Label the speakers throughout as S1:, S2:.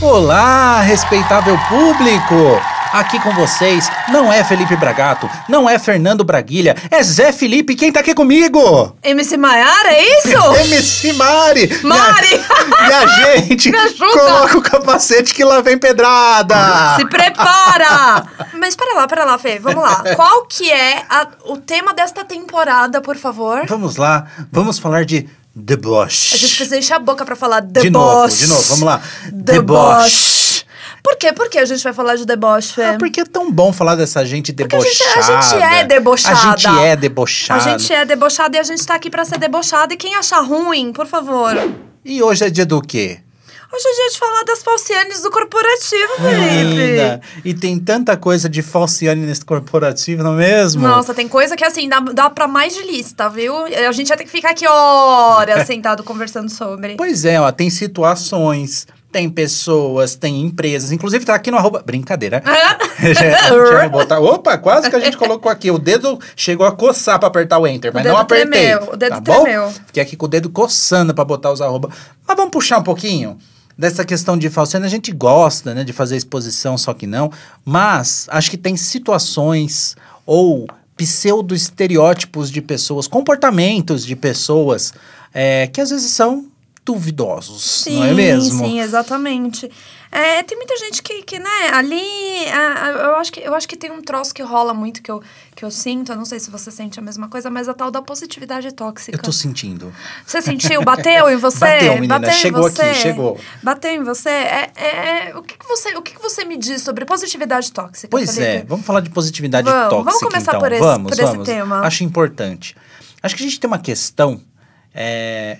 S1: Olá, respeitável público! Aqui com vocês não é Felipe Bragato, não é Fernando Braguilha, é Zé Felipe quem tá aqui comigo!
S2: MC Maiara, é isso?
S1: MC Mari!
S2: Mari!
S1: E a gente
S2: Me ajuda!
S1: coloca o capacete que lá vem pedrada!
S2: Se prepara! Mas pera lá, pera lá, Fê, vamos lá. Qual que é a- o tema desta temporada, por favor?
S1: Vamos lá, vamos falar de deboche.
S2: A gente precisa encher a boca pra falar deboche.
S1: De novo, de novo, vamos lá.
S2: Deboche. Por quê? Por que a gente vai falar de deboche, Fê?
S1: Ah, por que é tão bom falar dessa gente
S2: Porque a
S1: debochada?
S2: gente, a gente é debochada.
S1: A gente é debochada.
S2: A gente é debochada e a gente tá aqui pra ser debochada. E quem achar ruim, por favor. Hoje
S1: E hoje é dia do quê?
S2: é dia de falar das falcianes do corporativo, Felipe.
S1: Linda. E tem tanta coisa de falciane nesse corporativo, não é mesmo?
S2: Nossa, tem coisa que assim, dá, dá pra mais de lista, viu? A gente vai ter que ficar aqui horas sentado conversando sobre.
S1: Pois é, ó, tem situações, tem pessoas, tem empresas. Inclusive tá aqui no arroba... Brincadeira. já, já vou botar... Opa, quase que a gente colocou aqui. O dedo chegou a coçar pra apertar o enter, mas
S2: dedo
S1: não apertei.
S2: tremeu, o dedo
S1: tá bom?
S2: tremeu.
S1: Fiquei aqui com o dedo coçando pra botar os arroba. Mas vamos puxar um pouquinho dessa questão de falsena. A gente gosta, né, de fazer exposição, só que não. Mas acho que tem situações ou pseudo-estereótipos de pessoas, comportamentos de pessoas é, que às vezes são duvidosos, não é mesmo?
S2: sim, exatamente. É, tem muita gente que, que né, ali. a- a- eu, acho que, eu acho que tem um troço que rola muito que eu, que eu sinto. Eu não sei se você sente a mesma coisa, mas a tal da positividade tóxica.
S1: Eu tô sentindo.
S2: Você sentiu? Bateu em você?
S1: Bateu, menina,
S2: Bateu em
S1: chegou aqui,
S2: você?
S1: chegou.
S2: Bateu em você? É, é- é- o que, que você? O que, que você me diz sobre positividade tóxica?
S1: Pois é,
S2: Felipe?
S1: vamos falar de positividade
S2: Vamos, vamos
S1: tóxica.
S2: começar
S1: então.
S2: por esse-
S1: vamos,
S2: por esse
S1: vamos.
S2: tema.
S1: Acho importante. Acho que a gente tem uma questão é,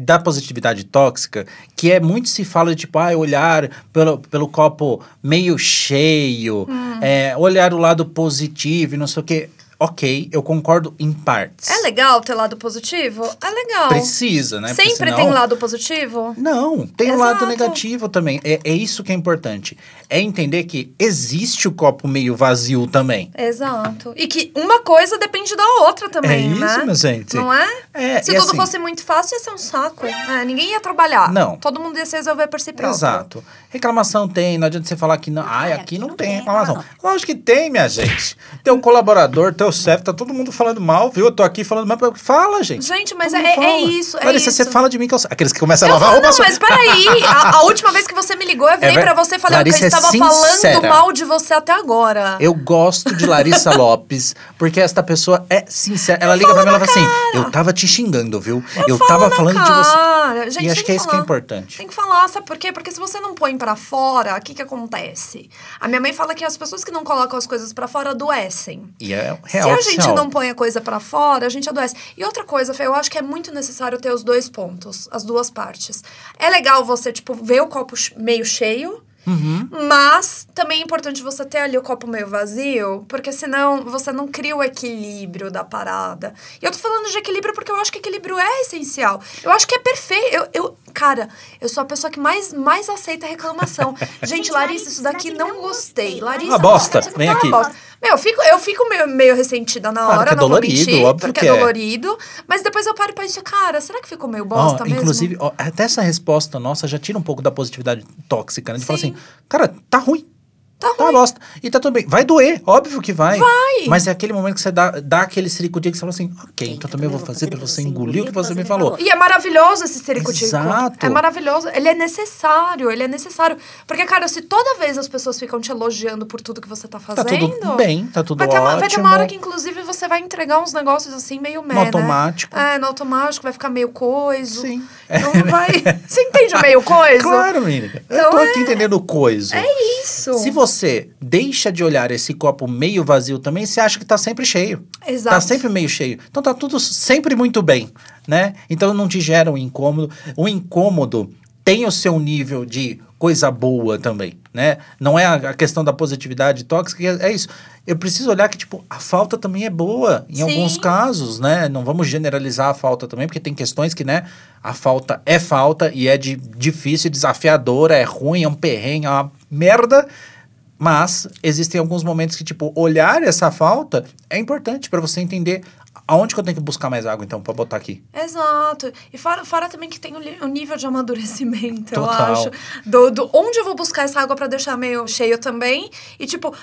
S1: da positividade tóxica que é muito se fala de tipo, ah, olhar pelo, pelo copo meio cheio,
S2: Hum.
S1: é, olhar o lado positivo, e não sei o quê. Ok, eu concordo em partes.
S2: É legal ter lado positivo? É legal.
S1: Precisa, né? Porque
S2: Sempre
S1: senão-
S2: tem lado positivo?
S1: não, tem um lado
S2: Exato.
S1: negativo também. É, é isso que é importante. É entender que existe o copo meio vazio também.
S2: Exato. E que uma coisa depende da outra também,
S1: é
S2: né?
S1: isso, minha gente.
S2: Não é?
S1: É,
S2: Se
S1: e
S2: tudo
S1: assim,
S2: fosse muito fácil, ia ser um saco. É, ninguém ia trabalhar.
S1: Não.
S2: Todo mundo ia se resolver por si próprio.
S1: Exato. Reclamação tem, não adianta você falar que não. Ai, aqui, não tem reclamação. Lógico que tem, minha gente. Teu colaborador, teu chefe, tá todo mundo falando mal, viu? Eu tô aqui falando mal. Fala, gente.
S2: Gente, mas é,
S1: Todo
S2: é-
S1: mundo
S2: é
S1: fala.
S2: isso, é
S1: Larissa,
S2: isso.
S1: você fala de mim que eu sou. Aqueles que começam a
S2: Eu
S1: lavar
S2: falo,
S1: roupa.
S2: não,
S1: sua- É
S2: mas peraí. A, a última vez que você me ligou, eu virei
S1: ver-
S2: pra você e falei
S1: Larissa
S2: que eu
S1: é
S2: estava
S1: sincera.
S2: falando mal de você até agora.
S1: Eu gosto de Larissa Lopes, porque esta pessoa é sincera. Ela liga pra mim e ela fala assim: Eu tava te xingando, viu? Eu, tava
S2: na
S1: falando de você.
S2: cara. Gente,
S1: e
S2: tem
S1: acho que é isso que é
S2: falar.
S1: importante.
S2: Tem que falar, sabe por quê? Porque se você não põe pra fora, o que que acontece? A minha mãe fala que as pessoas que não colocam as coisas pra fora adoecem.
S1: E é real.
S2: Se a gente
S1: oficial.
S2: não põe a coisa pra fora, a gente adoece. E outra coisa, Fê, eu acho que é muito necessário ter os dois pontos, as duas partes. É legal você, tipo, ver o copo ch- meio cheio,
S1: Uhum.
S2: mas também é importante você ter ali o copo meio vazio, porque senão você não cria o equilíbrio da parada. E eu tô falando de equilíbrio porque eu acho que equilíbrio é essencial. Eu acho que é perfeito. Eu, eu- cara, eu sou a pessoa que mais, mais aceita reclamação. Gente, Larissa, isso daqui não gostei. Larissa,
S1: Uma bosta.
S2: isso
S1: Vem
S2: tá uma
S1: aqui.
S2: bosta. Meu, eu fico, eu fico meio, meio ressentida na
S1: Claro
S2: hora,
S1: que é
S2: não
S1: dolorido,
S2: vou mentir,
S1: óbvio
S2: porque
S1: que
S2: é
S1: é.
S2: dolorido. Mas depois eu paro e penso, cara, será que ficou meio
S1: Ó,
S2: bosta mesmo?
S1: inclusive, ó, até essa resposta nossa já tira um pouco da positividade tóxica, né? De falar
S2: Sim.
S1: assim, cara, tá ruim.
S2: Tá
S1: Tá bosta. E tá tudo bem. Vai doer, óbvio que vai.
S2: Vai!
S1: Mas é aquele momento que você dá, dá aquele ciricudinho que você fala assim, ok, então também eu vou fazer pra você engolir o que você me falou.
S2: E é maravilhoso esse estereotipo.
S1: Exato.
S2: É maravilhoso. Ele é necessário, ele é necessário. Porque, cara, se toda vez as pessoas ficam te elogiando por tudo que você tá
S1: Tá
S2: fazendo...
S1: tudo bem, tá tudo
S2: vai ter,
S1: ótimo.
S2: uma, vai ter uma hora que, inclusive, você vai entregar uns negócios assim, meio meh,
S1: No automático.
S2: Né? É, no automático, vai ficar meio coisa.
S1: Sim.
S2: Então vai... Você entende o meio coisa?
S1: Claro, menina. eu
S2: Então
S1: tô aqui entendendo o coisa.
S2: É isso.
S1: Se você deixa de olhar esse copo meio vazio também, você acha que tá sempre cheio.
S2: Exato.
S1: Tá sempre meio cheio. Então tá tudo sempre muito bem, né? Então não te gera um incômodo. O incômodo tem o seu nível de coisa boa também, né? Não é a a questão da positividade tóxica, é- é isso. Eu preciso olhar que, tipo, a falta também é boa em
S2: Sim.
S1: alguns casos, né? Não vamos generalizar a falta também, porque tem questões que, né, a falta é falta e é de, difícil, desafiadora, é ruim, é um perrengue, é uma merda. Mas existem alguns momentos que, tipo, olhar essa falta é importante para você entender aonde que eu tenho que buscar mais água, então, pra botar aqui?
S2: Exato. E fora, fora também que tem o, li- o nível de amadurecimento,
S1: Total.
S2: eu acho. Do, do onde eu vou buscar essa água pra deixar meio cheio também. E tipo,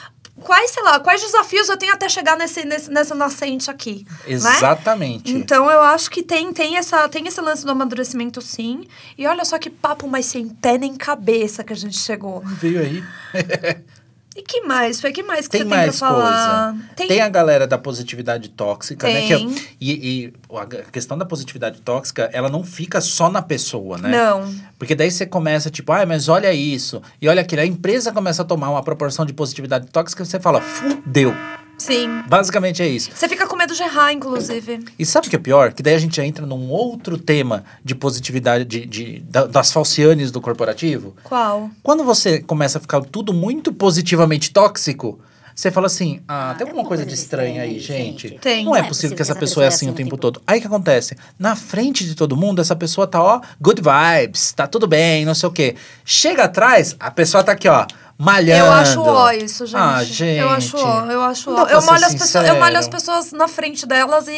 S2: quais, sei lá, quais desafios eu tenho até chegar nesse, nesse, nessa nascente aqui. Né?
S1: Exatamente.
S2: Então eu acho que tem, tem, essa, tem esse lance do amadurecimento sim. E olha só que papo mais sem pé nem cabeça que a gente chegou.
S1: Veio aí.
S2: E que mais? Foi que mais que
S1: Tem
S2: você tem pra
S1: mais
S2: falar?
S1: coisa. Tem... a galera da positividade tóxica, né? Que é-
S2: Tem.
S1: e, e a questão da positividade tóxica, ela não fica só na pessoa, né?
S2: Não.
S1: Porque daí você começa, tipo, ah, mas olha isso. E olha aquilo. A empresa começa a tomar uma proporção de positividade tóxica e você fala, fudeu.
S2: Sim.
S1: Basicamente é isso.
S2: Você fica com medo de errar, inclusive.
S1: E sabe o que é pior? Que daí a gente já entra num outro tema de positividade, de, de- da- das falcianes do corporativo.
S2: Qual?
S1: Quando você começa a ficar tudo muito positivamente tóxico, você fala assim: ah, tem alguma coisa de estranho aí, gente.
S2: Tem.
S1: Não é possível que essa pessoa é assim o tempo todo. Aí o que acontece? Na frente de todo mundo, essa pessoa tá, ó, good vibes, tá tudo bem, não sei o quê. Chega atrás, a pessoa tá aqui, ó, malhando.
S2: Eu acho ó isso, gente.
S1: Ah, gente.
S2: Eu acho ó, eu acho
S1: Não dá
S2: ó.
S1: pra
S2: Eu
S1: ser
S2: malho, as pessoas, eu
S1: sincero.
S2: malho as pessoas na frente delas e,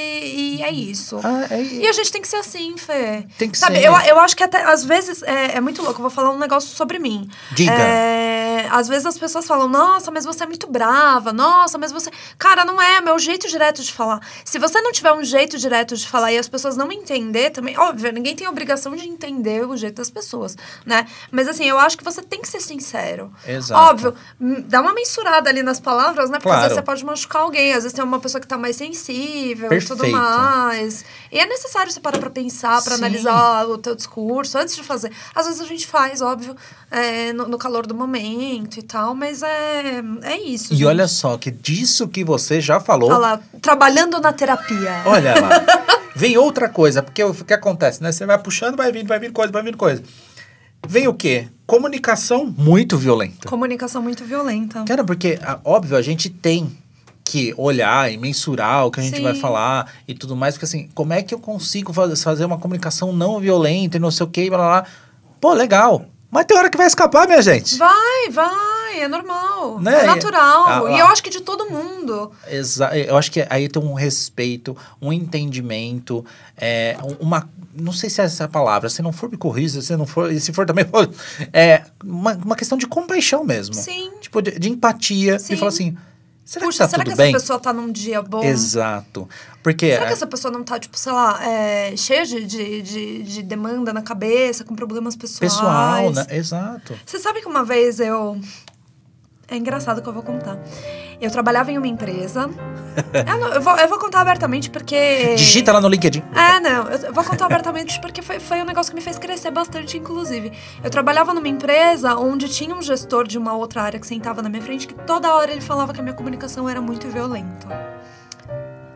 S2: e é isso.
S1: Ah, é-
S2: E a gente tem que ser assim, Fê.
S1: Tem que
S2: Sabe,
S1: ser.
S2: Eu, eu acho que até, às vezes, é, é muito louco. Eu vou falar um negócio sobre mim.
S1: Diga.
S2: É, às vezes as pessoas falam, nossa, mas você é muito brava. Nossa, mas você... Cara, não é. É meu jeito direto de falar. Se você não tiver um jeito direto de falar e as pessoas não entender também... Óbvio, ninguém tem a obrigação de entender o jeito das pessoas, né? Mas assim, eu acho que você tem que ser sincero.
S1: Exato.
S2: Óbvio, hum, dá uma mensurada ali nas palavras, né? Porque às
S1: Claro.
S2: vezes você pode machucar alguém. Às vezes tem uma pessoa que tá mais sensível e tudo
S1: Perfeito.
S2: mais mais. E é necessário você parar pra pensar, pra
S1: Sim.
S2: analisar o teu discurso antes de fazer. Às vezes a gente faz, óbvio, é, no, no calor do momento e tal, mas é, é isso.
S1: E
S2: gente. Tá
S1: olha só, que disso que você já falou.
S2: Olha lá, trabalhando na terapia.
S1: Olha lá. Vem outra coisa, porque o que acontece, né? Você vai puxando, vai vindo, vai vindo coisa, vai vindo coisa. Vem o quê? Comunicação muito violenta.
S2: Comunicação muito violenta.
S1: Cara, porque, a- óbvio, a gente tem que olhar e mensurar o que a gente
S2: Sim.
S1: vai falar e tudo mais, porque assim, como é que eu consigo fa- fazer uma comunicação não violenta e não sei o quê, e blá, blá, blá. Pô, legal. Mas tem hora que vai escapar, minha gente.
S2: Vai, vai, é normal.
S1: Né?
S2: É natural.
S1: Ah,
S2: e
S1: ah.
S2: eu acho que de todo mundo.
S1: Exa eu acho que aí tem um respeito, um entendimento, é, um- uma. Não sei se é essa a palavra, se não for me corrija, se não for. E se for também. É uma, uma questão de compaixão mesmo.
S2: Sim.
S1: Tipo, de, de empatia.
S2: Sim.
S1: E falar assim: será
S2: Puxa,
S1: que tá
S2: será
S1: tudo
S2: que
S1: bem?
S2: essa pessoa tá num dia bom?
S1: Exato. Porque.
S2: Será que
S1: é,
S2: essa pessoa não tá, tipo, sei lá, é, cheia de, de, de, de demanda na cabeça, com problemas pessoais?
S1: Pessoal, né? Exato.
S2: Você sabe que uma vez eu. É engraçado que eu vou contar. Eu trabalhava em uma empresa. eu, não- eu vou, eu vou contar abertamente porque.
S1: Digita lá no LinkedIn.
S2: É, não. Eu vou contar abertamente porque foi, foi um negócio que me fez crescer bastante, inclusive. Eu trabalhava numa empresa onde tinha um gestor de uma outra área que sentava na minha frente que toda hora ele falava que a minha comunicação era muito violenta.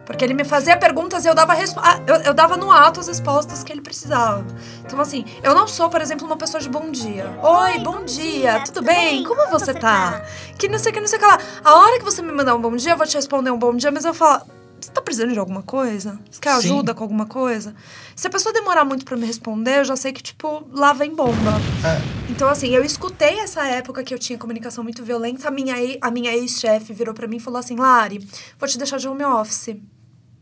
S2: Porque ele me fazia perguntas e eu dava, respo- ah, eu, eu dava no ato as respostas que ele precisava. Então, assim, eu não sou, por exemplo, uma pessoa de bom dia. Oi, bom, dia, tudo, bem? Como, você tá? Que não sei o que, não sei o que lá. A hora que você me mandar um bom dia, eu vou te responder um bom dia, mas eu falo, você tá precisando de alguma coisa? Você quer
S1: Sim.
S2: ajuda com alguma coisa? Se a pessoa demorar muito pra me responder, eu já sei que, tipo, lá vem bomba.
S1: É.
S2: Então, assim, eu escutei essa época que eu tinha comunicação muito violenta. A minha, e- a minha ex-chefe virou pra mim e falou assim: Lari, vou te deixar de home office.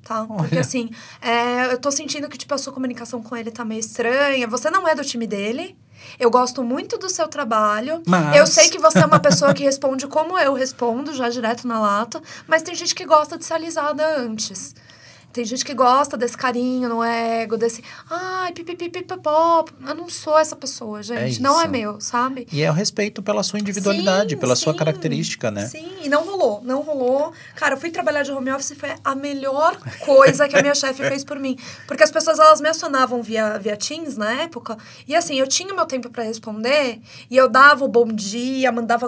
S2: Tá? Porque
S1: Olha.
S2: assim, é, eu tô sentindo que, tipo, a sua comunicação com ele tá meio estranha. Você não é do time dele. Eu gosto muito do seu trabalho.
S1: Mas-
S2: Eu sei que você é uma pessoa que responde como eu respondo, já direto na lata. Mas tem gente que gosta de ser alisada antes. Tem gente que gosta desse carinho no ego, desse. Ai, pipipipipopó. Eu não sou essa pessoa, gente. não é
S1: isso.
S2: meu, sabe?
S1: E é o respeito pela sua individualidade,
S2: Sim,
S1: pela sua
S2: sim,
S1: característica, né?
S2: Sim, e não rolou, não rolou. Cara, eu fui trabalhar de home office e foi a melhor coisa que a minha chefe fez por mim. Porque as pessoas, elas me acionavam via, via Teams na época. E assim, eu tinha meu tempo pra responder. E eu dava o bom dia, mandava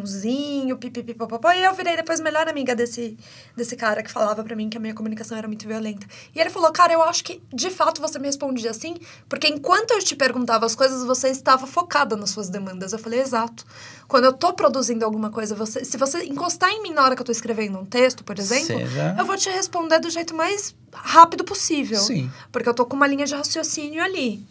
S2: coraçãozinho, pipipipopopó. E eu virei depois melhor amiga desse, desse cara que falava pra mim que a minha comunicação era muito violenta. E ele falou, cara, eu acho que de fato você me respondia assim. Porque enquanto eu te perguntava as coisas, você estava focada nas suas demandas. Eu falei, exato. Quando eu tô produzindo alguma coisa, você, se você encostar em mim na hora que eu tô escrevendo um texto, por exemplo,
S1: Seja-
S2: eu vou te responder do jeito mais rápido possível.
S1: Sim.
S2: Porque eu tô com uma linha de raciocínio ali.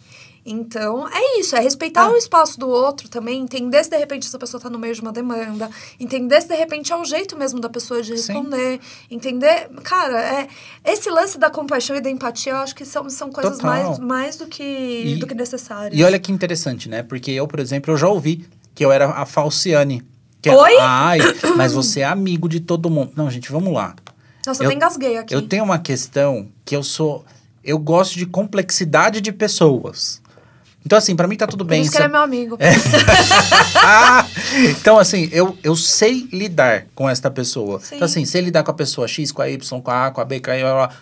S2: Então, é isso, é respeitar
S1: Ah.
S2: o espaço do outro também, entender se de repente essa pessoa está no meio de uma demanda, entender se de repente é o jeito mesmo da pessoa
S1: Sim.
S2: de responder, entender. Cara, é, esse lance da compaixão e da empatia, eu acho que são, são coisas
S1: Total.
S2: mais, mais do que,
S1: E-
S2: do que necessárias.
S1: E olha que interessante, né? Porque eu, por exemplo, eu já ouvi que eu era a Falciane. Que
S2: Oi?
S1: Era, Ai, mas você é amigo de todo mundo. Não, gente, vamos lá.
S2: Nossa, eu,
S1: eu-
S2: até engasguei aqui.
S1: Eu tenho uma questão que eu sou. Eu gosto de complexidade de pessoas. Então, assim, pra mim tá tudo
S2: Por
S1: bem.
S2: isso que
S1: se-
S2: ele é meu amigo.
S1: Ah! então, assim, eu, eu sei lidar com esta pessoa.
S2: Sim.
S1: Então, assim, sei lidar com a pessoa X, com a Y, com a A, com a B, com a I, blá, blá, blá.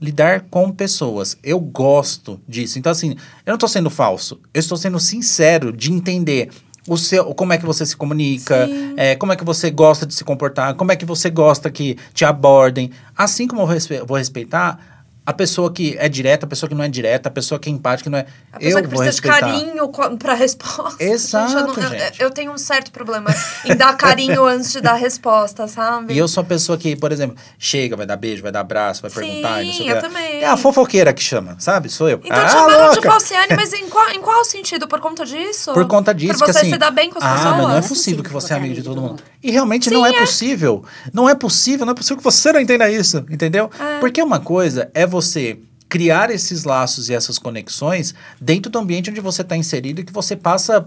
S1: Lidar com pessoas. Eu gosto disso. Então, assim, eu não tô sendo falso. Eu estou sendo sincero de entender o seu, como é que você se comunica,
S2: Sim.
S1: é, como é que você gosta de se comportar, como é que você gosta que te abordem. Assim como eu respe- vou respeitar a pessoa que é direta, a pessoa que não é direta, a pessoa que é empática, que não é.
S2: A pessoa
S1: eu
S2: que
S1: vou
S2: precisa de
S1: respeitar.
S2: carinho co- pra resposta.
S1: Exato,
S2: eu, não- eu-
S1: gente.
S2: eu tenho um certo problema em dar carinho antes de dar resposta, sabe?
S1: E eu sou uma pessoa que, por exemplo, chega, vai dar beijo, vai dar abraço, vai
S2: Sim,
S1: perguntar. e não sei o
S2: eu
S1: que.
S2: também.
S1: É a fofoqueira que chama, sabe? Sou eu.
S2: Então
S1: ah,
S2: chamaram de
S1: louca!
S2: falciane, mas em qual, em qual sentido? Por conta disso?
S1: Por conta disso,
S2: Por
S1: que
S2: você
S1: assim,
S2: se dar bem com as
S1: ah,
S2: pessoas?
S1: mas não é
S2: Não é
S1: possível que você é amigo de todo mundo. E realmente não é, possível. Não é possível, não é possível que você não entenda isso, entendeu? Porque uma coisa é você criar esses laços e essas conexões dentro do ambiente onde você está inserido e que você passa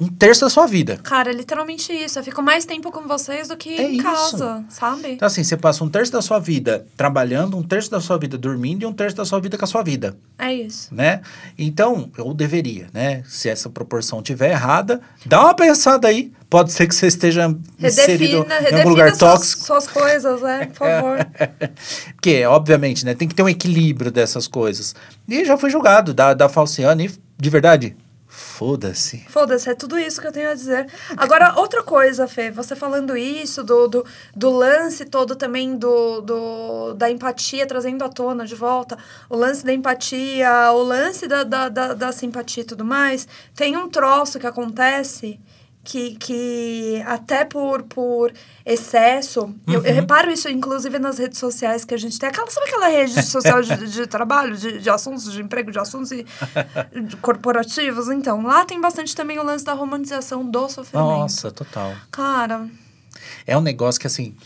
S1: um terço da sua vida.
S2: Cara, é literalmente isso. Eu fico mais tempo com vocês do que
S1: É
S2: em
S1: isso.
S2: casa, sabe?
S1: Então, assim, você passa um terço da sua vida trabalhando, um terço da sua vida dormindo e um terço da sua vida com a sua vida.
S2: É isso.
S1: né? Então, eu deveria, né? Se essa proporção tiver errada, dá uma pensada aí. Pode ser que você esteja inserido
S2: Redefina,
S1: em algum
S2: redefina
S1: lugar
S2: suas,
S1: tóxico. É.
S2: suas coisas, né? Por favor.
S1: Porque, obviamente, né? Tem que ter um equilíbrio dessas coisas. E já foi julgado da, da Falciane. E, de verdade, foda-se.
S2: Foda-se, é tudo isso que eu tenho a dizer. Agora, outra coisa, Fê, você falando isso, do, do, do lance todo também do, do, da empatia, trazendo à tona de volta, o lance da empatia, o lance da, da, da, da simpatia e tudo mais, tem um troço que acontece que, que até por, por excesso, eu,
S1: Uhum.
S2: eu reparo isso inclusive nas redes sociais que a gente tem. Aquela, sabe aquela rede social de, de trabalho, de, de assuntos, de emprego, de assuntos e, de corporativos? Então, lá tem bastante também o lance da romantização do sofrimento.
S1: Nossa, total.
S2: Cara,
S1: É um negócio que, assim...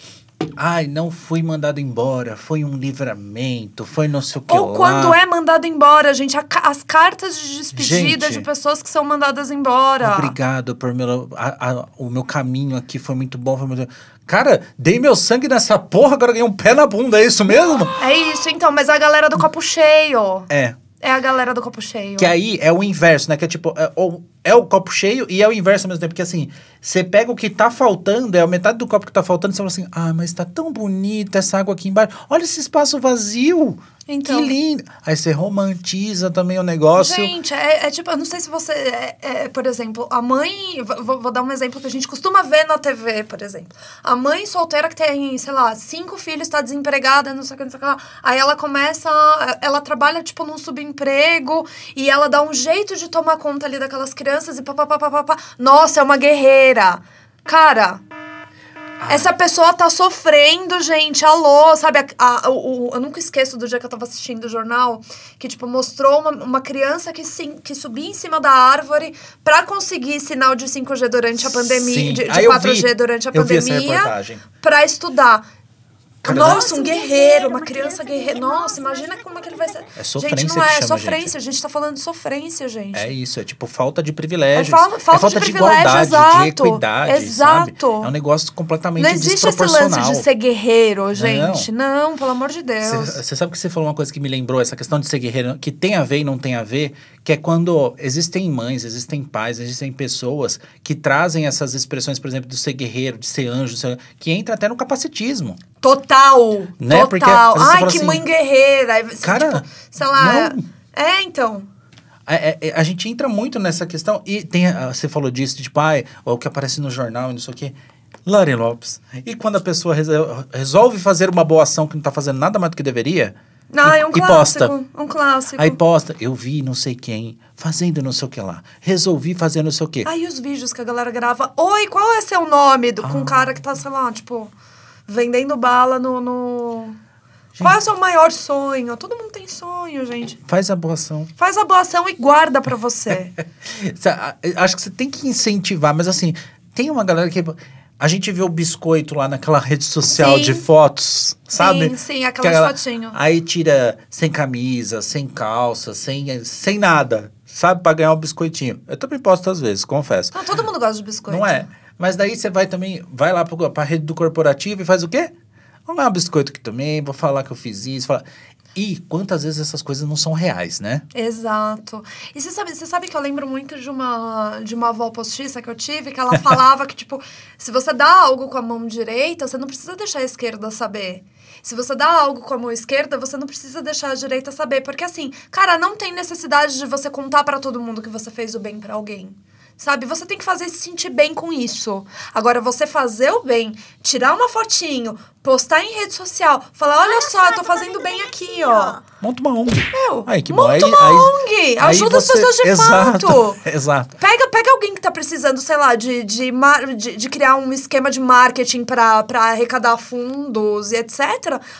S1: Ai, não fui mandado embora. Foi um livramento. Foi não sei o que
S2: ou
S1: lá.
S2: quando é mandado embora, gente, a ca- as cartas de despedida
S1: Gente.
S2: de pessoas que são mandadas embora.
S1: Obrigado por meu, a- a- o meu caminho aqui, foi muito bom. Foi muito... Cara, dei meu sangue nessa porra, agora ganhei um pé na bunda, é isso mesmo?
S2: É isso, então, mas é a galera do copo cheio.
S1: É.
S2: É a galera do copo cheio.
S1: Que aí é o inverso, né? Que é tipo, é, ou- é o copo cheio e é o inverso ao mesmo tempo. Porque assim, você pega o que tá faltando, é a metade do copo que tá faltando, você fala assim, ah, mas tá tão bonita essa água aqui embaixo. Olha esse espaço vazio.
S2: Então.
S1: Que lindo. Aí você romantiza também o negócio.
S2: Gente, é, é tipo, eu não sei se você. É, é, por exemplo, a mãe. v- Vou, vou dar um exemplo que a gente costuma ver na TV, por exemplo. A mãe solteira que tem, sei lá, cinco filhos, tá desempregada, não sei o que, não sei o que lá. Aí ela começa. Ela trabalha, tipo, num subemprego e ela dá um jeito de tomar conta ali daquelas crianças e papapá. papapá. Nossa, é uma guerreira. Cara, essa pessoa tá sofrendo, gente. Alô, sabe? a- a- o- o- eu nunca esqueço do dia que eu tava assistindo o jornal, que, tipo, mostrou uma, uma criança que, se, que subia em cima da árvore pra conseguir sinal de 5G durante a pandemia,
S1: Sim.
S2: de, de
S1: Aí eu
S2: 4G
S1: vi-
S2: durante a
S1: eu vi essa
S2: pandemia,
S1: reportagem.
S2: pra estudar.
S1: Cara,
S2: Nossa,
S3: dá-
S2: um guerreiro, uma criança guerreira. Nossa, imagina como é que ele vai ser.
S1: É
S2: gente,
S1: sofrência
S2: não
S1: que
S2: é, é
S1: chama,
S2: sofrência. A gente tá falando de sofrência, gente.
S1: É isso, é tipo falta de
S2: É
S1: privilégios.
S2: fal- falta
S1: é falta
S2: de
S1: de,
S2: privilégio,
S1: igualdade,
S2: exato,
S1: de equidade.
S2: exato.
S1: sabe? É um negócio completamente
S2: Não existe esse
S1: desproporcional.
S2: lance de ser guerreiro, gente. Não, pelo amor de Deus.
S1: Você sabe que você falou uma coisa que me lembrou, essa questão de ser guerreiro, que tem a ver e não tem a ver, que é quando existem mães, existem pais, existem pessoas que trazem essas expressões, por exemplo, do ser guerreiro, de ser anjo, ser- que entra até no capacitismo.
S2: Total.
S1: Né?
S2: Total.
S1: Porque às vezes você
S2: Ai,
S1: fala
S2: que
S1: assim,
S2: mãe guerreira. Aí você,
S1: cara,
S2: tipo, sei lá.
S1: não.
S2: É, então.
S1: É, é, é, a gente entra muito nessa questão. E tem, a- você falou disso, de tipo, ah, o que aparece no jornal e não sei o quê. Lari Lopes. E quando a pessoa resol- resolve fazer uma boa ação que não tá fazendo nada mais do que deveria,
S2: Não,
S1: e,
S2: é um
S1: e
S2: clássico.
S1: posta.
S2: Um clássico.
S1: Aí posta, eu vi não sei quem fazendo não sei o que lá. Resolvi fazer não sei o quê.
S2: Aí os vídeos que a galera grava. Oi, qual é
S1: Ah.
S2: seu nome? Do, Com um cara que tá, sei lá, tipo, vendendo bala no. no... Qual é o seu maior sonho? Todo mundo tem sonho, gente.
S1: Faz a boa ação.
S2: Faz a boa ação e guarda pra você.
S1: Cê- a- Acho que você tem que incentivar, mas assim, tem uma galera que. A gente vê o biscoito lá naquela rede social
S2: Sim.
S1: de fotos, sabe?
S2: Sim, sim,
S1: Que a
S2: aquelas
S1: galera-
S2: fotinhos.
S1: Aí tira sem camisa, sem calça, sem, sem nada, sabe? Pra ganhar um biscoitinho. Eu também posto às vezes, confesso.
S2: Não, todo mundo gosta de biscoito.
S1: Não é? Mas daí você vai também, vai lá pro, pra rede do corporativo e faz o quê? Vamos ganhar um biscoito aqui também, vou falar que eu fiz isso. Falar... E quantas vezes essas coisas não são reais, né?
S2: Exato. E você sabe, você sabe que eu lembro muito de uma, de uma avó postiça que eu tive, que ela falava que, tipo, se você dá algo com a mão direita, você não precisa deixar a esquerda saber. Se você dá algo com a mão esquerda, você não precisa deixar a direita saber. Porque, assim, cara, não tem necessidade de você contar pra todo mundo que você fez o bem pra alguém. Sabe? Você tem que fazer se sentir bem com isso. Agora, você fazer o bem, tirar uma fotinho, postar em rede social, falar: olha, só, eu tô fazendo bem aqui, ó.
S1: Monta uma ONG.
S2: Meu,
S1: Aí, que bom.
S2: monta
S1: Aí-
S2: uma
S1: aí-
S2: ONG,
S1: aí
S2: ajuda as
S1: você-
S2: pessoas de
S1: Exato,
S2: fato.
S1: Exato.
S2: Pega, pega alguém que tá precisando, sei lá, de, de, mar- de, de criar um esquema de marketing pra, pra arrecadar fundos e etc.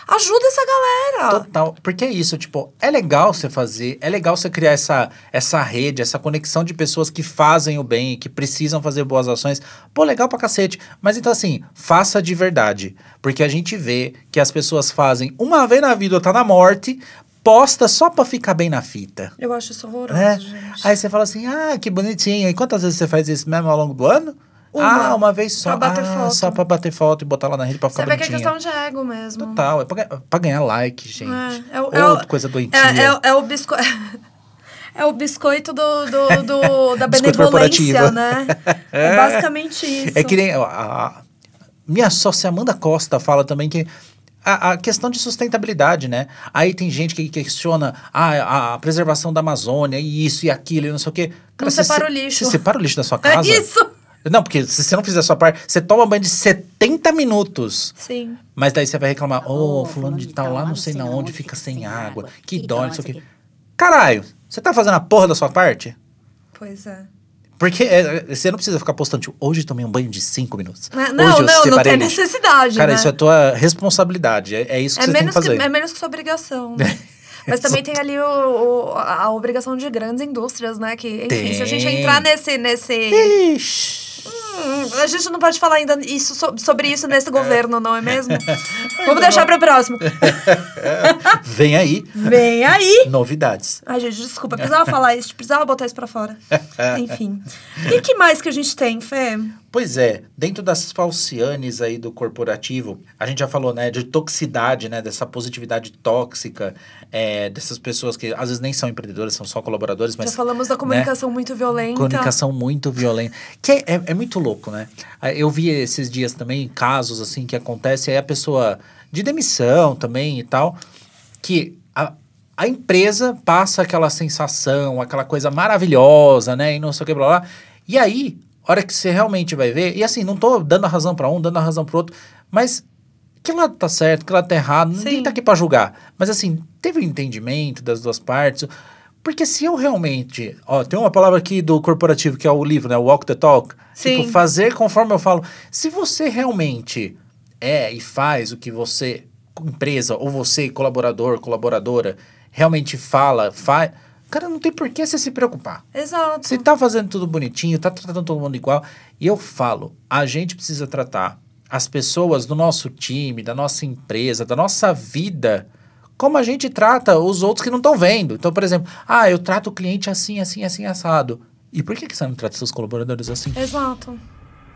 S2: Ajuda essa galera.
S1: Total. Porque é isso, tipo, é legal você fazer, é legal você criar essa, essa rede, essa conexão de pessoas que fazem o bem, que precisam fazer boas ações. Pô, legal pra cacete. Mas então, assim, faça de verdade. Porque a gente vê que as pessoas fazem uma vez na vida ou tá na morte, posta só pra ficar bem na fita.
S2: Eu acho isso horroroso,
S1: Né?
S2: gente.
S1: Aí você fala assim, ah, que bonitinho. E quantas vezes você faz isso mesmo ao longo do ano?
S2: Uma.
S1: ah, uma vez só.
S2: Pra bater
S1: ah,
S2: foto.
S1: Só pra bater foto e botar lá na rede pra ficar
S2: Você vê que é
S1: bonitinho.
S2: questão de ego mesmo.
S1: Total, é pra, ga- pra ganhar like, gente.
S2: É, é o-
S1: Outra
S2: é o-
S1: coisa doentia.
S2: É, é, é o biscoito. É o biscoito do, do, do- da
S1: Biscoito
S2: benevolência,
S1: corporativo.
S2: né? É basicamente isso.
S1: É que nem a, a- minha sócia Amanda Costa fala também que a, a questão de sustentabilidade, né? Aí tem gente que questiona ah, a, a preservação da Amazônia e isso e aquilo e não sei o quê.
S2: Não
S1: você
S2: separa
S1: se-
S2: o lixo.
S1: Você separa o lixo da sua
S2: É
S1: casa?
S2: isso!
S1: Não, porque se você não fizer a sua parte, você toma banho de 70 minutos.
S2: Sim.
S1: Mas daí você vai reclamar, ô, fulano de tal lá, não sei na onde, fica sem água, que dó, não sei o quê. Caralho, você tá fazendo a porra da sua parte?
S2: Pois é.
S1: Porque é, você não precisa ficar postando, tipo, hoje eu tomei um banho de cinco minutos.
S2: Né?
S1: Hoje
S2: Não,
S1: eu
S2: não, não
S1: separei
S2: tem
S1: lixo."
S2: necessidade,
S1: Cara,
S2: né?
S1: isso é tua responsabilidade. É, é isso que
S2: É
S1: você tem que
S2: menos que,
S1: fazer. É.
S2: é menos que sua obrigação. né? Mas também tem ali o, o- a a obrigação de grandes indústrias, né? Que, enfim, se a gente
S1: Tem.
S2: entrar nesse. nesse...
S1: Ixi.
S2: Hum, a gente não pode falar ainda isso, so- sobre isso nesse governo, não é mesmo? Vamos deixar pra próximo.
S1: Vem aí,
S2: Vem aí!
S1: novidades.
S2: Ai, gente, desculpa, eu precisava falar isso, precisava botar isso pra fora. Enfim. E que mais que a gente tem, Fê?
S1: Pois é, dentro das falcianes aí do corporativo, a gente já falou, né, de toxicidade, né, dessa positividade tóxica, é, dessas pessoas que às vezes nem são empreendedoras, são só colaboradores, mas né?
S2: Já falamos da comunicação muito violenta.
S1: Comunicação muito violenta. Que é, é- é muito louco, né? Ah, Eu vi esses dias também casos assim que acontece, aí a pessoa de demissão também e tal, que a, a empresa passa aquela sensação, aquela coisa maravilhosa, né? E não sei o que, blá, blá. blá. E aí, hora que você realmente vai ver, e assim, não tô dando a razão pra um, dando a razão pro outro, mas que lado tá certo, que lado tá errado,
S2: Sim.
S1: ninguém tá aqui pra julgar. Mas assim, teve um entendimento das duas partes. Porque se eu realmente. Ó, tem uma palavra aqui do corporativo que é o livro, né? Walk the talk.
S2: Sim.
S1: Tipo, fazer conforme eu falo. Se você realmente é e faz o que você, empresa, ou você, colaborador, colaboradora, realmente fala, faz. Cara, não tem por que você se preocupar.
S2: Exato.
S1: Você tá fazendo tudo bonitinho, tá tratando todo mundo igual. E eu falo, a gente precisa tratar as pessoas do nosso time, da nossa empresa, da nossa vida, como a gente trata os outros que não estão vendo. Então, por exemplo, ah, eu trato o cliente assim, assim, assim, assado. E por que, que você não trata seus colaboradores assim?
S2: Exato.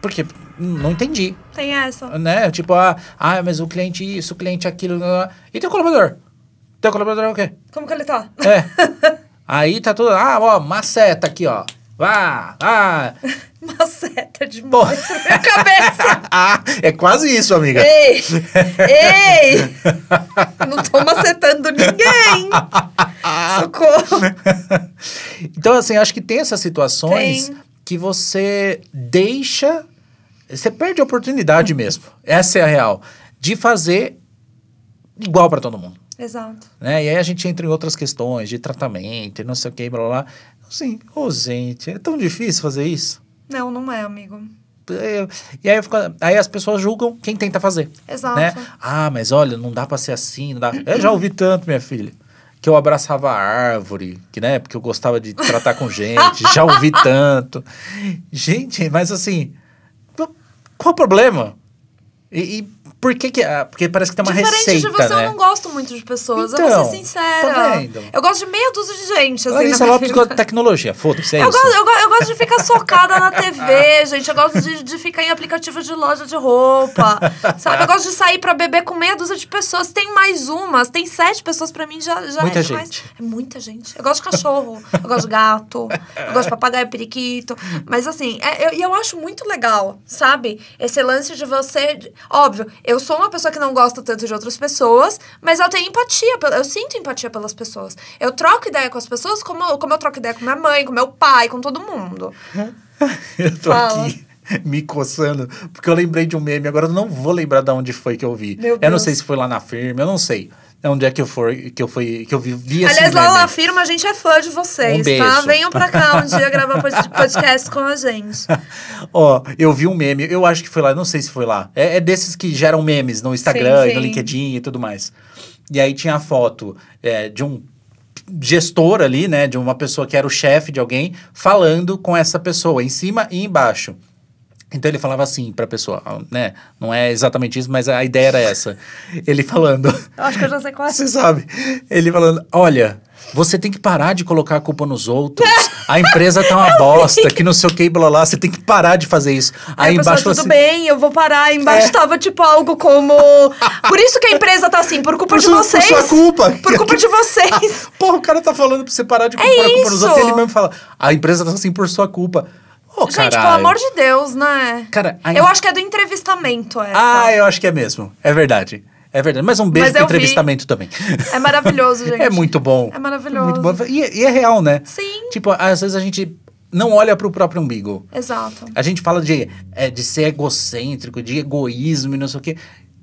S1: Porque hum, não entendi,
S2: Tem essa.
S1: né? Tipo, ah, ah, mas o cliente isso, o cliente aquilo. blá, blá, blá. E teu colaborador? Teu colaborador é o quê?
S2: Como que ele tá?
S1: É. Aí tá tudo. Ah, ó, maceta aqui, ó. Vá, vá.
S2: Uma seta de
S1: Pô.
S2: morte na minha cabeça.
S1: Ah, é quase isso, amiga.
S2: Ei! Ei! Eu Não tô macetando ninguém! Socorro!
S1: então, assim, acho que tem essas situações
S2: Tem.
S1: que você deixa. Você perde a oportunidade mesmo. Essa é a real. De fazer igual pra todo mundo.
S2: Exato.
S1: Né? E aí a gente entra em outras questões de tratamento e não sei o que, blá blá blá. Assim, ô gente, é tão difícil fazer isso.
S2: Não, não é, amigo.
S1: eu- E aí, eu fico- aí as pessoas julgam quem tenta fazer.
S2: Exato.
S1: Né? Ah, mas olha, não dá pra ser assim. Não dá. Eu já ouvi tanto, minha filha. Que eu abraçava a árvore, que, né? Porque eu gostava de tratar com gente. já ouvi tanto. Gente, mas assim, qual o problema? E, e por que que. ah, Porque parece que tem uma
S2: Diferente
S1: receita,
S2: de você,
S1: né?
S2: eu não gosto muito de pessoas. eu
S1: Então,
S2: vou ser sincera.
S1: tá vendo?
S2: Eu gosto de meia dúzia de gente, assim,
S1: Larissa
S2: na minha
S1: Lopes
S2: vida.
S1: gosta de tecnologia. Foda-se, é
S2: Eu
S1: isso.
S2: gosto, eu, go- eu gosto de ficar socada na TV, gente. Eu gosto de, de ficar em aplicativo de loja de roupa. Sabe? Eu gosto de sair pra beber com meia dúzia de pessoas. Tem mais umas, tem sete pessoas pra mim já, já
S1: Muita
S2: é demais.
S1: gente.
S2: É muita gente. Eu gosto de cachorro, eu gosto de gato, eu gosto de papagaio periquito. Mas assim, é- eu- e eu, acho muito legal, sabe? Esse lance de você. de- Óbvio, eu sou uma pessoa que não gosta tanto de outras pessoas, mas eu tenho empatia, pel- eu sinto empatia pelas pessoas. Eu troco ideia com as pessoas como, eu- como eu troco ideia com minha mãe, com meu pai, com todo mundo.
S1: Eu tô
S2: Fala.
S1: aqui me coçando, porque eu lembrei de um meme, agora eu não vou lembrar de onde foi que eu vi.
S2: Meu
S1: eu não
S2: Deus.
S1: sei se foi lá na firma, eu não sei. É onde é que eu fui, que eu fui, que eu vi, vi né, esse
S2: Aliás, lá
S1: meme.
S2: na firma a gente é fã de vocês,
S1: assim, Um beijo.
S2: tá? Venham pra cá um dia gravar pod- podcast com a gente.
S1: Ó, eu vi um meme, eu acho que foi lá, não sei se foi lá. É, é desses que geram memes no Instagram
S2: Sim,
S1: e no
S2: sim.
S1: LinkedIn e tudo mais. E aí tinha a foto é, de um gestor ali, né? De uma pessoa que era o chefe de alguém, falando com essa pessoa, em cima e embaixo. Então ele falava assim pra pessoa, né? Não é exatamente isso, mas a ideia era essa. Ele falando.
S2: Eu acho que eu já sei qual é.
S1: Você sabe. Ele falando: olha, você tem que parar de colocar a culpa nos outros. A empresa tá uma bosta, que não sei o que, blá blá. Você tem que parar de fazer isso. Aí
S2: Aí a pessoa,
S1: embaixo assim,
S2: tudo
S1: você. É.
S2: bem, eu vou parar. Aí Embaixo tava tipo algo como. Por isso que a empresa tá assim, por culpa
S1: Por
S2: de
S1: sua- por
S2: vocês.
S1: sua culpa.
S2: Por culpa de vocês.
S1: Porra, o cara tá falando pra você parar de culpar a culpa nos
S2: É isso.
S1: outros. E ele mesmo fala: a empresa tá assim por sua culpa. Ô,
S2: Gente,
S1: Oh, caralho.
S2: pelo amor de Deus, né?
S1: Cara, a-
S2: Eu acho que é do entrevistamento essa.
S1: Ah, eu acho que é mesmo. É verdade. É verdade. Mas um beijo
S2: Mas
S1: pro
S2: eu vi.
S1: entrevistamento também.
S2: É maravilhoso, gente.
S1: É muito bom.
S2: É maravilhoso.
S1: Muito bom. E, e é real, né?
S2: Sim.
S1: Tipo, às vezes a gente não olha pro próprio umbigo.
S2: Exato.
S1: A gente fala de, é, de ser egocêntrico, de egoísmo e não sei o quê.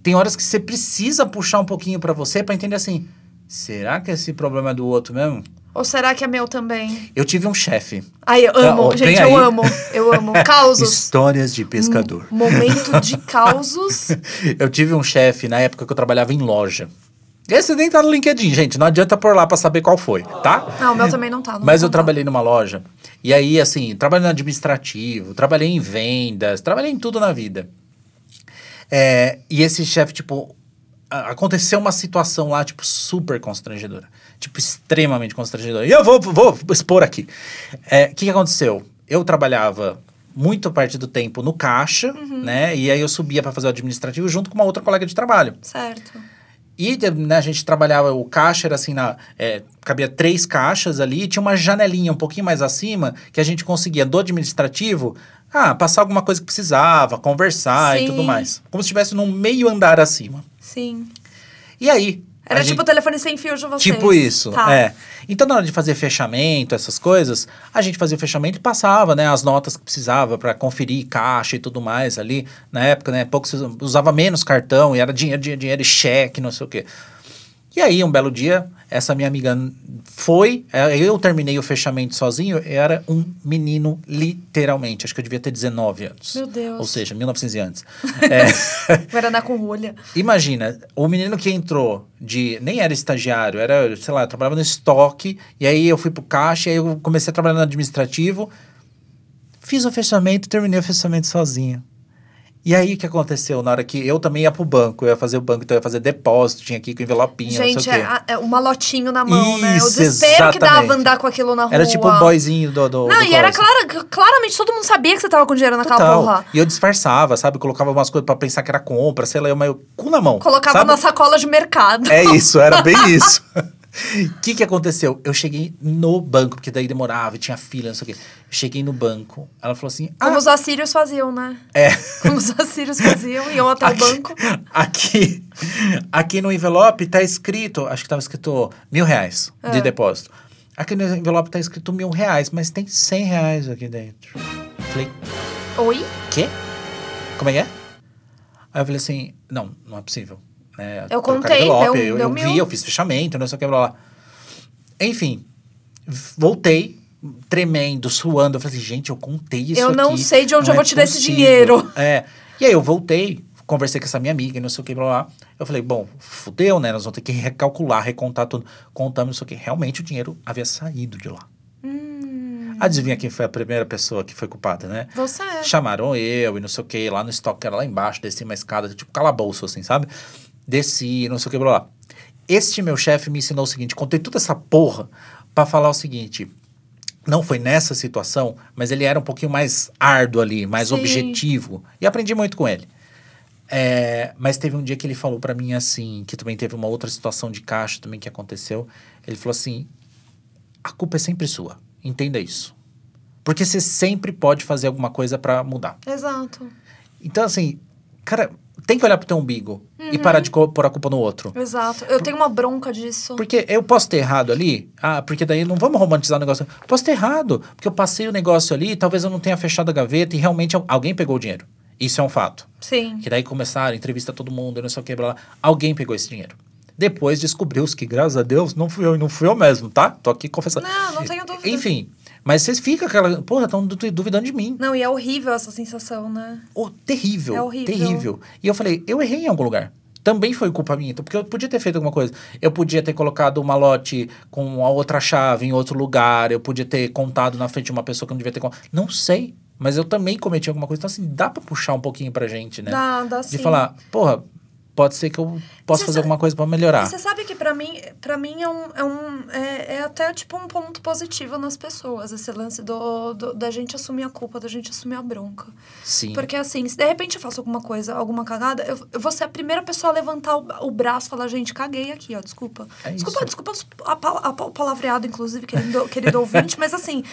S1: Tem horas que você precisa puxar um pouquinho pra você pra entender assim: será que esse problema é do outro mesmo?
S2: Ou será que é meu também?
S1: Eu tive um chefe. Tá,
S2: Ai, eu amo.
S1: Ah, ó, tem
S2: gente, eu
S1: aí.
S2: amo. Eu amo. Causos.
S1: Histórias de pescador.
S2: Momento de causos.
S1: Eu tive um chefe na época que eu trabalhava em loja. Esse nem tá no LinkedIn, gente. Não adianta pôr lá pra saber qual foi, tá?
S2: Não, o meu também não tá. não
S1: Mas
S2: tá,
S1: eu
S2: não tá.
S1: trabalhei numa loja. E aí, assim, trabalhei no administrativo, trabalhei em vendas, trabalhei em tudo na vida. É, e esse chefe, tipo, a- aconteceu uma situação lá, tipo, super constrangedora. Tipo, extremamente constrangedora. E eu vou, vou expor aqui. É, O que, que aconteceu? Eu trabalhava muito parte do tempo no caixa, né? E aí eu subia para fazer o administrativo junto com uma outra colega de trabalho.
S2: Certo.
S1: E de- né, a gente trabalhava, o caixa era assim, na, é, cabia três caixas ali, e tinha uma janelinha um pouquinho mais acima que a gente conseguia, do administrativo, ah, passar alguma coisa que precisava, conversar e
S2: Sim.
S1: tudo mais. Como se estivesse num meio andar acima.
S2: Sim.
S1: E aí.
S2: Era
S1: a
S2: tipo o
S1: gente-
S2: telefone sem fio de vocês.
S1: tipo isso.
S2: Tá.
S1: É. Então, na hora de fazer fechamento, essas coisas, a gente fazia o fechamento e passava, né, as notas que precisava para conferir caixa e tudo mais ali. Na época, né, pouco se usa- usava menos cartão e era dinheiro, dinheiro, dinheiro e cheque, não sei o quê. E aí, um belo dia, essa minha amiga n- foi, é, eu terminei o fechamento sozinho, eu era um menino, literalmente. Acho que eu devia ter 19 anos.
S2: Meu Deus.
S1: Ou seja, 1900 e antes. É.
S2: Guaraná com rolha.
S1: Imagina, o menino que entrou de. Nem era estagiário, era, sei lá, eu trabalhava no estoque, e aí eu fui pro caixa, e aí eu comecei a trabalhar no administrativo. Fiz o fechamento, terminei o fechamento sozinho. E aí o que aconteceu? Na hora que eu também ia pro banco, eu ia fazer o banco, então eu ia fazer depósito, tinha aqui com envelopinho, não
S2: Gente,
S1: sei o
S2: é,
S1: quê.
S2: a- é um malotinho na mão, né? O
S1: Isso,
S2: desespero que
S1: exatamente.
S2: dava andar com aquilo na rua.
S1: Era tipo o boyzinho do. do
S2: Não,
S1: do
S2: e era
S1: coisa.
S2: clara- claramente todo mundo sabia que você tava com dinheiro naquela
S1: Total.
S2: porra.
S1: E eu disfarçava, sabe? Colocava umas coisas pra pensar que era compra, sei lá, eu, mas eu cu na mão.
S2: Colocava
S1: sabe?
S2: na sacola de mercado.
S1: É isso, era bem isso. O que, que aconteceu? Eu cheguei no banco, porque daí demorava, e tinha fila, não sei o quê. Cheguei no banco, ela falou assim:
S2: Como
S1: ah,
S2: os assírios faziam, né?
S1: é.
S2: Como os assírios faziam, iam até o tá banco.
S1: Aqui, aqui no envelope tá escrito, acho que tava escrito mil reais
S2: Ah.
S1: de depósito. Aqui no envelope tá escrito mil reais, mas tem cem reais aqui dentro. Falei,
S2: Oi?
S1: quê? Como é que é? Aí eu falei assim, não, não é possível. né?
S2: Eu
S1: Trocar
S2: contei, então,
S1: envelope,
S2: deu-
S1: eu,
S2: deu
S1: eu vi,
S2: mil.
S1: eu fiz fechamento, não sei o que, blá, blá. Enfim, v- voltei, tremendo, suando. Eu falei assim, gente, eu contei isso
S2: Eu não
S1: aqui,
S2: sei de onde eu
S1: é
S2: vou tirar esse
S1: possível.
S2: dinheiro.
S1: É. E aí eu voltei, conversei com essa minha amiga, e não sei o que, blá, blá. blá. Eu falei, bom, fudeu, né? Nós vamos ter que recalcular, recontar tudo. Contamos isso aqui. Realmente o dinheiro havia saído de lá. Adivinha quem foi a primeira pessoa que foi culpada, né?
S2: Você.
S1: Chamaram eu e não sei o que, lá no estoque, era lá embaixo, desci uma escada, tipo calabouço, assim, sabe? Desci, não sei o que, blá, blá. Este meu chefe me ensinou o seguinte, contei toda essa porra pra falar o seguinte... Não foi nessa situação, mas ele era um pouquinho mais árduo ali, mais
S2: Sim.
S1: objetivo. E aprendi muito com ele. É, mas teve um dia que ele falou pra mim assim, que também teve uma outra situação de caixa também que aconteceu. Ele falou assim: a culpa é sempre sua. Entenda isso. Porque você sempre pode fazer alguma coisa pra mudar.
S2: Exato.
S1: Então, assim, cara, tem que olhar pro teu umbigo e parar de co- pôr a culpa no outro.
S2: Exato. Eu tenho uma bronca disso.
S1: Porque eu posso ter errado ali, ah, porque daí não vamos romantizar o negócio. Posso ter errado, porque eu passei o negócio ali, talvez eu não tenha fechado a gaveta e realmente al- alguém pegou o dinheiro. Isso é um fato.
S2: Sim.
S1: Que daí começaram, entrevista todo mundo, não sei o que, blá, blá. Alguém pegou esse dinheiro. Depois descobriu-se que, graças a Deus, não fui eu e não fui eu mesmo, tá? Tô aqui confessando.
S2: Não, não tenho dúvida.
S1: Enfim, mas vocês ficam aquela. Porra, estão duvidando de mim.
S2: Não, e é horrível essa sensação, né?
S1: Oh, terrível.
S2: É horrível.
S1: Terrível. E eu falei, eu errei em algum lugar. Também foi culpa minha, então, porque eu podia ter feito alguma coisa. Eu podia ter colocado o malote com a outra chave em outro lugar, eu podia ter contado na frente de uma pessoa que eu não devia ter contado. Não sei, mas eu também cometi alguma coisa. Então, assim, dá pra puxar um pouquinho pra gente, né?
S2: Dá, dá
S1: De
S2: sim.
S1: falar, porra, pode ser que eu possa
S2: Você
S1: fazer
S2: sa-
S1: alguma coisa pra melhorar.
S2: Você sabe que pra mim, para mim é um, é, um é, é até tipo um ponto positivo nas pessoas esse lance do, do- da gente assumir a culpa, da gente assumir a bronca.
S1: Sim.
S2: Porque assim, se de repente eu faço alguma coisa, alguma cagada, eu, eu vou ser a primeira pessoa a levantar o, o braço e falar, gente, caguei aqui, ó, desculpa.
S1: É isso.
S2: desculpa, desculpa a, pal- a pal- palavreado, inclusive, querido, querido ouvinte, mas assim,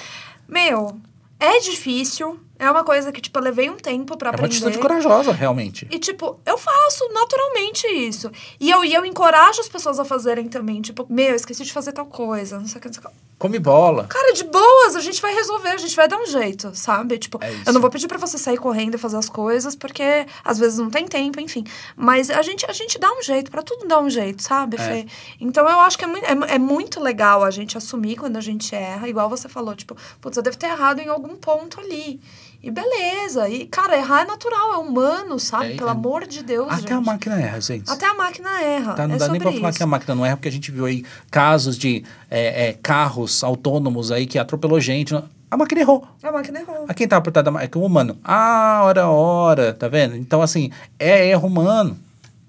S2: meu, é difícil. É uma coisa que, tipo, eu levei um tempo pra
S1: É uma
S2: aprender.
S1: atitude corajosa, realmente.
S2: E, tipo, eu faço naturalmente isso. E eu, e eu encorajo as pessoas a fazerem também. Tipo, meu, esqueci de fazer tal coisa, não sei o que, não sei o que.
S1: Come bola.
S2: Cara, de boas, a gente vai resolver, a gente vai dar um jeito, sabe? Tipo,
S1: É isso.
S2: eu não vou pedir pra você sair correndo e fazer as coisas, porque às vezes não tem tempo, enfim. Mas a gente, a gente dá um jeito, pra tudo dá um jeito,
S1: É.
S2: sabe, Fê? Então eu acho que é muito, é, mu- é muito legal a gente assumir quando a gente erra, igual você falou, tipo, putz, eu devo ter errado em algum ponto ali. E beleza. E, cara, errar é natural, é humano, sabe?
S1: É,
S2: Pelo
S1: é-
S2: amor de Deus,
S1: Até
S2: gente.
S1: a máquina erra, gente.
S2: Até a máquina erra.
S1: Tá, não
S2: é
S1: dá
S2: sobre
S1: nem pra falar
S2: isso.
S1: que a máquina não erra, porque a gente viu aí casos de é, é, carros autônomos aí que atropelou gente. A máquina errou.
S2: A máquina errou.
S1: A quem tá apertado da máquina é o humano. Ah, hora, hora, tá vendo? Então, assim, é erro humano.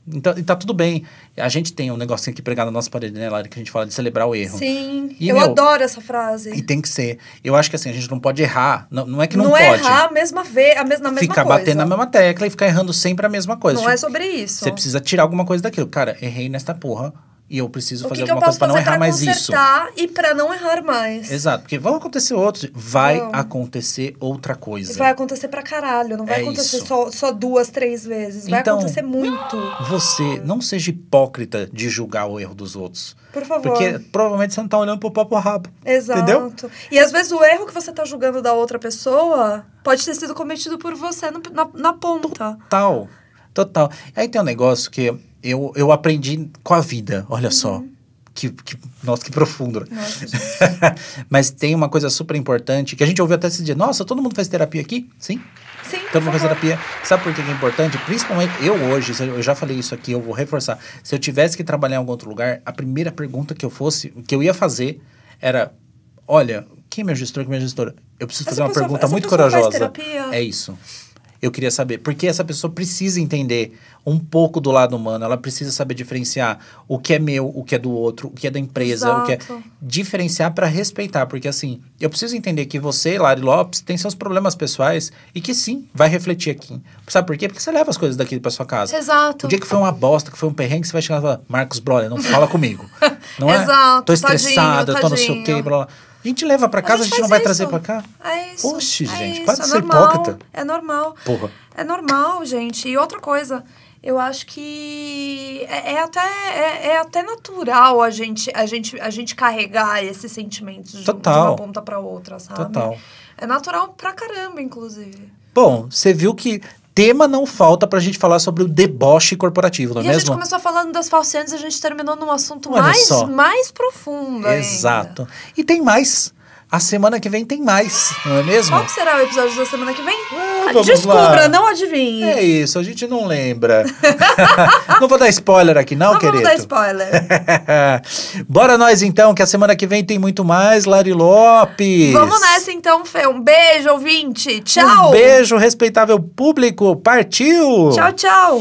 S1: Então, e tá tudo bem. A gente tem um negocinho aqui pregado na nossa parede, né, Lara, que a gente fala de celebrar o erro.
S2: Sim,
S1: E,
S2: eu
S1: meu,
S2: adoro essa frase.
S1: E tem que ser. Eu acho que assim, a gente não pode errar. Não, não é que não,
S2: é
S1: pode.
S2: errar a mesma vez, a mes na mesma
S1: ficar
S2: coisa.
S1: batendo na mesma tecla e ficar errando sempre a mesma coisa.
S2: Não
S1: Tipo,
S2: é sobre isso.
S1: Você precisa tirar alguma coisa daquilo. Cara, errei nesta porra e eu preciso
S2: o
S1: fazer
S2: que, que eu
S1: alguma coisa
S2: posso
S1: pra não
S2: fazer
S1: errar
S2: pra
S1: mais isso.
S2: consertar e pra não errar mais?
S1: Exato, porque vão acontecer outros. Vai
S2: Vão.
S1: acontecer outra coisa.
S2: E Vai acontecer pra caralho, não vai
S1: É
S2: acontecer
S1: isso.
S2: só, só duas, três vezes. Vai
S1: Então-
S2: acontecer muito.
S1: Você não seja hipócrita de julgar o erro dos outros.
S2: Por favor.
S1: Porque provavelmente você não tá olhando pro papo rabo.
S2: Exato.
S1: Entendeu?
S2: E às vezes o erro que você tá julgando da outra pessoa pode ter sido cometido por você no- na, na ponta.
S1: Total. Total. Aí tem um negócio que eu, eu aprendi com a vida, olha só. Que, que, nossa, que profundo. né?
S2: Uhum. Nossa, gente.
S1: Mas tem uma coisa super importante que a gente ouviu até esse dia. Nossa, todo mundo faz terapia aqui? Sim.
S2: Sim, por
S1: Então, vamos fazer
S2: favor.
S1: terapia. Sabe por que que é importante? Principalmente eu hoje, se eu eu já falei isso aqui, eu vou reforçar. Se eu tivesse que trabalhar em algum outro lugar, a primeira pergunta que eu fosse, que eu ia fazer era: olha, quem é meu gestor, quem é minha gestora? Eu preciso
S2: Essa
S1: fazer uma
S2: pessoa-
S1: pergunta
S2: essa
S1: muito
S2: pessoa faz
S1: corajosa.
S2: terapia?
S1: É isso. Eu queria saber, porque essa pessoa precisa entender um pouco do lado humano, ela precisa saber diferenciar o que é meu, o que é do outro, o que é da empresa, o que é
S2: Exato.
S1: diferenciar para respeitar, porque assim, eu preciso entender que você, Lari Lopes, tem seus problemas pessoais e que sim, vai refletir aqui. Sabe por quê? Porque você leva as coisas daqui para sua casa.
S2: Exato.
S1: O dia que foi uma bosta, que foi um perrengue, você vai chegar e falar, Marcos, brother, não fala comigo. Não é?
S2: Exato,
S1: Tô
S2: tadinho,
S1: estressada, tô não sei o quê,
S2: tadinho.
S1: blá, blá. A gente leva para casa, a gente,
S2: faz
S1: não vai
S2: isso.
S1: trazer para cá.
S2: É isso.
S1: Oxe,
S2: é
S1: gente,
S2: isso,
S1: para de
S2: é
S1: ser
S2: normal,
S1: hipócrita.
S2: É normal.
S1: Porra.
S2: É normal, gente. E outra coisa, eu acho que é, é até, é, é até natural a gente, a, gente, a gente carregar esses sentimentos de, um- de
S1: Total.
S2: uma ponta pra outra, sabe?
S1: Total.
S2: É natural pra caramba, inclusive.
S1: Bom, você viu que tema não falta pra gente falar sobre o deboche corporativo, não é
S2: e a gente
S1: mesmo?
S2: começou falando das falsianas e a gente terminou num assunto
S1: Olha
S2: mais,
S1: só.
S2: mais profundo ainda.
S1: Exato. E tem mais. A semana que vem tem mais, não é mesmo?
S2: Qual que será o episódio da semana que vem?
S1: Ah, vamos
S2: Descubra,
S1: lá.
S2: não adivinhe.
S1: É isso, a gente não lembra. não vou dar spoiler aqui, não,
S2: não
S1: querido.
S2: Então vamos dar spoiler.
S1: Bora nós então, que a semana que vem tem muito mais, Lari Lopes.
S2: vamos nessa então, Fê. Um beijo, ouvinte. Tchau.
S1: Um beijo, respeitável público. Partiu!
S2: Tchau, tchau.